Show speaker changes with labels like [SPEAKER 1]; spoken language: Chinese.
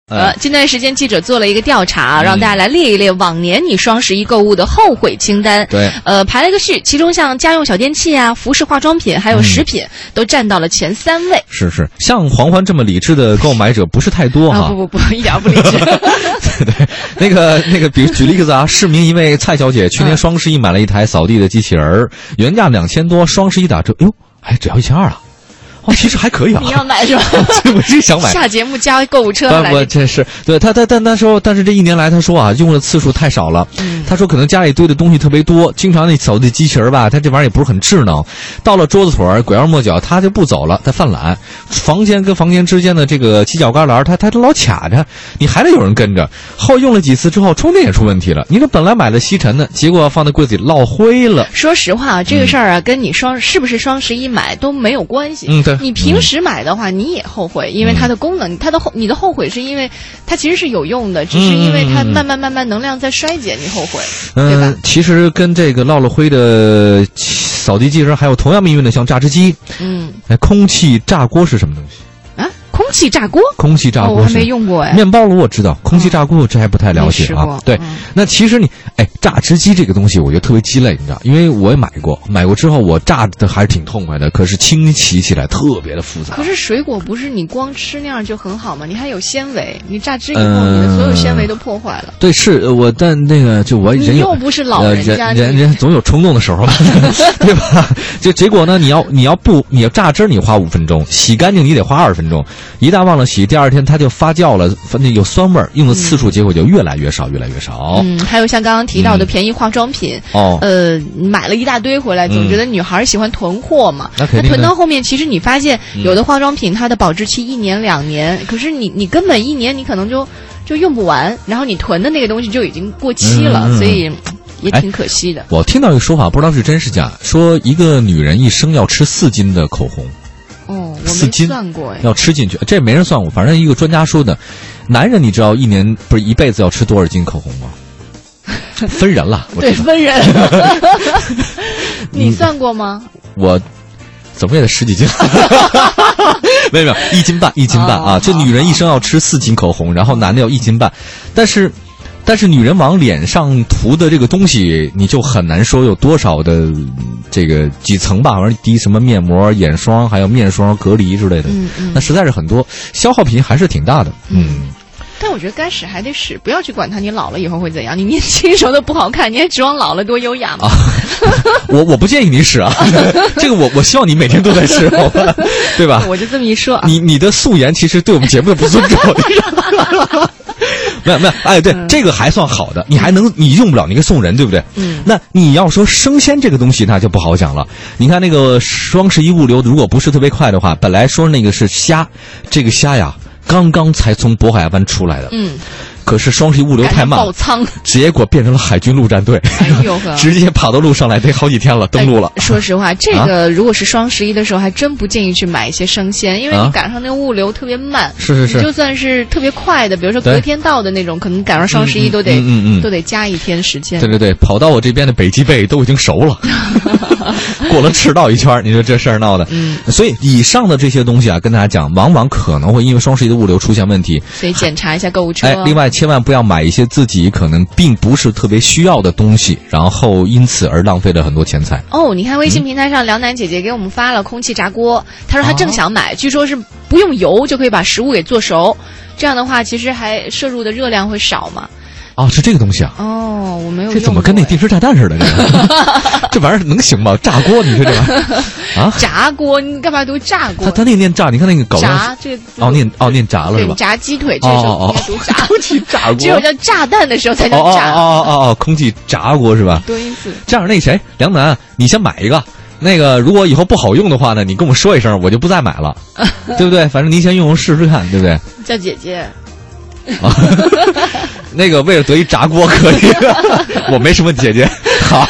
[SPEAKER 1] 嗯
[SPEAKER 2] 呃，近段时间记者做了一个调查，啊让大家来列一列往年你双十一购物的后悔清单。
[SPEAKER 1] 对
[SPEAKER 2] 呃，排了一个序，其中像家用小电器啊、服饰、化妆品，
[SPEAKER 1] 嗯
[SPEAKER 2] 还有食品，都占到了前三位。
[SPEAKER 1] 是是，像黄欢这么理智的购买者不是太多
[SPEAKER 2] 啊，
[SPEAKER 1] 哈。
[SPEAKER 2] 不不不，一点儿不理智。
[SPEAKER 1] 对，那个那个，比如举例子啊， 市民一位蔡小姐
[SPEAKER 2] 啊
[SPEAKER 1] 去年双十一买了一台扫地的机器人儿，原价两千多，双十一打折，哟，还只要一千二啊！ 哦，其实还可以啊。
[SPEAKER 2] 你要买是吧？
[SPEAKER 1] 我真想买。
[SPEAKER 2] 下节目加购物 车
[SPEAKER 1] 但
[SPEAKER 2] 来
[SPEAKER 1] 我
[SPEAKER 2] 着。
[SPEAKER 1] 这是对他，他但他说，但是这一年来，他说啊，用的次数太少了。
[SPEAKER 2] 嗯
[SPEAKER 1] 他说可能家里堆的东西特别多，经常那扫地机器人吧，他这玩意儿也不是很智能，到了桌子腿儿拐弯抹角，他就不走了，他犯懒。房间跟房间之间的这个犄角旮旯，他他老卡着，你还得有人跟着。后用了几次之后，充电也出问题了。你这本来买了吸尘的，结果放在柜子里落灰了。
[SPEAKER 2] 说实话啊，这
[SPEAKER 1] 嗯
[SPEAKER 2] 个事儿啊，跟你双是不是双十一买都没有关系。
[SPEAKER 1] 嗯对嗯
[SPEAKER 2] 你平时买的话，你也后悔，因为它的功能，它的后你的后悔是因为它其实是有用的，只是因为它
[SPEAKER 1] 嗯嗯嗯
[SPEAKER 2] 慢慢慢慢能量在衰减，你后悔，对吧
[SPEAKER 1] 嗯？，其实跟这个落了灰的扫地机器人还有同样命运的，像榨汁机。
[SPEAKER 2] 嗯
[SPEAKER 1] 哎，空气炸锅是什么东西？
[SPEAKER 2] 啊，空气炸锅，
[SPEAKER 1] 空气炸
[SPEAKER 2] 哦，我
[SPEAKER 1] 锅
[SPEAKER 2] 还
[SPEAKER 1] 是、
[SPEAKER 2] 没用过哎，
[SPEAKER 1] 面包炉我知道，空气炸锅我这还不太了解
[SPEAKER 2] 没吃
[SPEAKER 1] 啊。
[SPEAKER 2] 过
[SPEAKER 1] 对、
[SPEAKER 2] 嗯
[SPEAKER 1] 那其实你哎，榨汁机这个东西我觉得特别鸡肋，你知道，因为我也买过，买过之后我榨的还是挺痛快的，可是清洗起来特别的复杂
[SPEAKER 2] 可。是水果不是你光吃那样就很好吗？你还有纤维，你榨汁以后，
[SPEAKER 1] 嗯
[SPEAKER 2] 你的所有纤维都破坏了。
[SPEAKER 1] 对，是呃我，但那个就我哎人
[SPEAKER 2] 你
[SPEAKER 1] 有
[SPEAKER 2] 又不是老
[SPEAKER 1] 呃
[SPEAKER 2] 人
[SPEAKER 1] 人
[SPEAKER 2] 家，
[SPEAKER 1] 人
[SPEAKER 2] 你
[SPEAKER 1] 人总有冲动的时 候吧，对吧？就结果呢，你要你要不你要榨汁，你花五分钟；洗干净你得花二分钟。一旦忘了洗，第二天它就发酵了，反正有酸味儿，用的次数结果就越来越少，越来越少。
[SPEAKER 2] 嗯，还有像刚刚提到的便宜化妆品，
[SPEAKER 1] 哦，
[SPEAKER 2] 呃，买了一大堆回来，总
[SPEAKER 1] 嗯
[SPEAKER 2] 觉得女孩儿喜欢囤货嘛。
[SPEAKER 1] 那肯定的嗯
[SPEAKER 2] 囤到后面，其实你发现有的化妆品它的保质期一年两年，可是你你根本一年你可能就就用不完，然后你囤的那个东西就已经过期了，
[SPEAKER 1] 嗯嗯嗯
[SPEAKER 2] 所以也挺可惜的。
[SPEAKER 1] 我听到一个说法，不知道是真是假，说一个女人一生要吃四斤的口红，
[SPEAKER 2] 哦，我
[SPEAKER 1] 四
[SPEAKER 2] 没
[SPEAKER 1] 斤
[SPEAKER 2] 算过哎。
[SPEAKER 1] 要吃进去，这没人算过，反正一个专家说的。男人你知道一年不是一辈子要吃多少斤口红吗？分人了，我
[SPEAKER 2] 对，
[SPEAKER 1] 知道，
[SPEAKER 2] 分 人。你算过吗？
[SPEAKER 1] 我怎么也得十 几斤。没有没有，一斤半，一斤半啊！
[SPEAKER 2] 哦
[SPEAKER 1] 这女人一生要吃四斤口红，然后男的要一斤半，但是。但是女人往脸上涂的这个东西，你就很难说有多少的嗯这个几层吧，反正滴什么面膜、眼霜，还有面霜、隔离之类的，
[SPEAKER 2] 嗯嗯
[SPEAKER 1] 那实在是很多，消耗品还是挺大的。嗯，
[SPEAKER 2] 但我觉得该使还得使，不要去管它。你老了以后会怎样？你年轻时候都不好看，你还指望老了多优雅吗？
[SPEAKER 1] 我我不建议你 使啊，这个我我希望你每天都在吃，好吧？对吧？
[SPEAKER 2] 我就这么一说啊，
[SPEAKER 1] 你你的素颜其实对我们节目的不尊重。 没有没有，哎，对，这个还算好的，你还能你用不了，你可以送人，对不对？
[SPEAKER 2] 嗯。
[SPEAKER 1] 那你要说生鲜这个东西，那就不好讲了。你看那个双十一物流，如果不是特别快的话，本来说那个是虾，这个虾呀，刚刚才从渤海湾出来的，
[SPEAKER 2] 嗯，
[SPEAKER 1] 可是双十一物流
[SPEAKER 2] 赶
[SPEAKER 1] 太
[SPEAKER 2] 紧
[SPEAKER 1] 慢
[SPEAKER 2] 爆
[SPEAKER 1] 了，
[SPEAKER 2] 仓，
[SPEAKER 1] 结果变成了海军陆战队，
[SPEAKER 2] 哎 呦呵。
[SPEAKER 1] 直接跑到路上来，得好几天了，登陆了。啊
[SPEAKER 2] 哎说实话，这个如果是双十一的时候，还真不建议去买一些生鲜，因为
[SPEAKER 1] 啊
[SPEAKER 2] 你赶上那个物流特别慢。
[SPEAKER 1] 是是是
[SPEAKER 2] 你就算是特别快的，比如说
[SPEAKER 1] 对
[SPEAKER 2] 隔天到的那种，可能赶上双十一都得、
[SPEAKER 1] 嗯嗯嗯
[SPEAKER 2] 都得加一天时间
[SPEAKER 1] 对。对对，跑到我这边的北极贝都已经熟了，过了赤道一圈儿，你说这事儿闹的。
[SPEAKER 2] 嗯，
[SPEAKER 1] 所以以上的这些东西啊，跟大家讲，往往可能会因为双十一的物流出现问题。
[SPEAKER 2] 所以检查一下购物车。啊
[SPEAKER 1] 哎，另外千万不要买一些自己可能并不是特别需要的东西，然后因此而浪费了很多钱财。
[SPEAKER 2] 哦，你看微信平台上梁楠姐姐给我们发了空气炸锅，她说她正想买，据说是不用油就可以把食物给做熟，这样的话其实还摄入的热量会少嘛。
[SPEAKER 1] 哦，是这个东西啊。
[SPEAKER 2] 哦，我没有用
[SPEAKER 1] 这怎么
[SPEAKER 2] 过
[SPEAKER 1] 跟那
[SPEAKER 2] 哎
[SPEAKER 1] 定时炸弹似的？这 个这玩意儿能行吗？炸锅，你说这玩意儿啊？
[SPEAKER 2] 炸锅？你干嘛读炸锅
[SPEAKER 1] 他？他那个念炸，你看那个狗
[SPEAKER 2] 炸这个字
[SPEAKER 1] 哦念哦念炸了
[SPEAKER 2] 对
[SPEAKER 1] 是吧？
[SPEAKER 2] 炸鸡腿这时候
[SPEAKER 1] 哦哦哦
[SPEAKER 2] 应该读炸，
[SPEAKER 1] 空气炸锅，
[SPEAKER 2] 只有叫炸弹的时候才
[SPEAKER 1] 哦
[SPEAKER 2] 叫
[SPEAKER 1] 哦
[SPEAKER 2] 炸。
[SPEAKER 1] 哦哦哦，空气炸锅是吧？
[SPEAKER 2] 多音字。
[SPEAKER 1] 这样，那谁，梁楠，你先买一个。那个，如果以后不好用的话呢，你跟我说一声，我就不再买了，对不对？反正您先用用试试看，对不对？
[SPEAKER 2] 叫姐姐，
[SPEAKER 1] 啊， 那个为了得一炸锅可以，我没什么姐姐。好，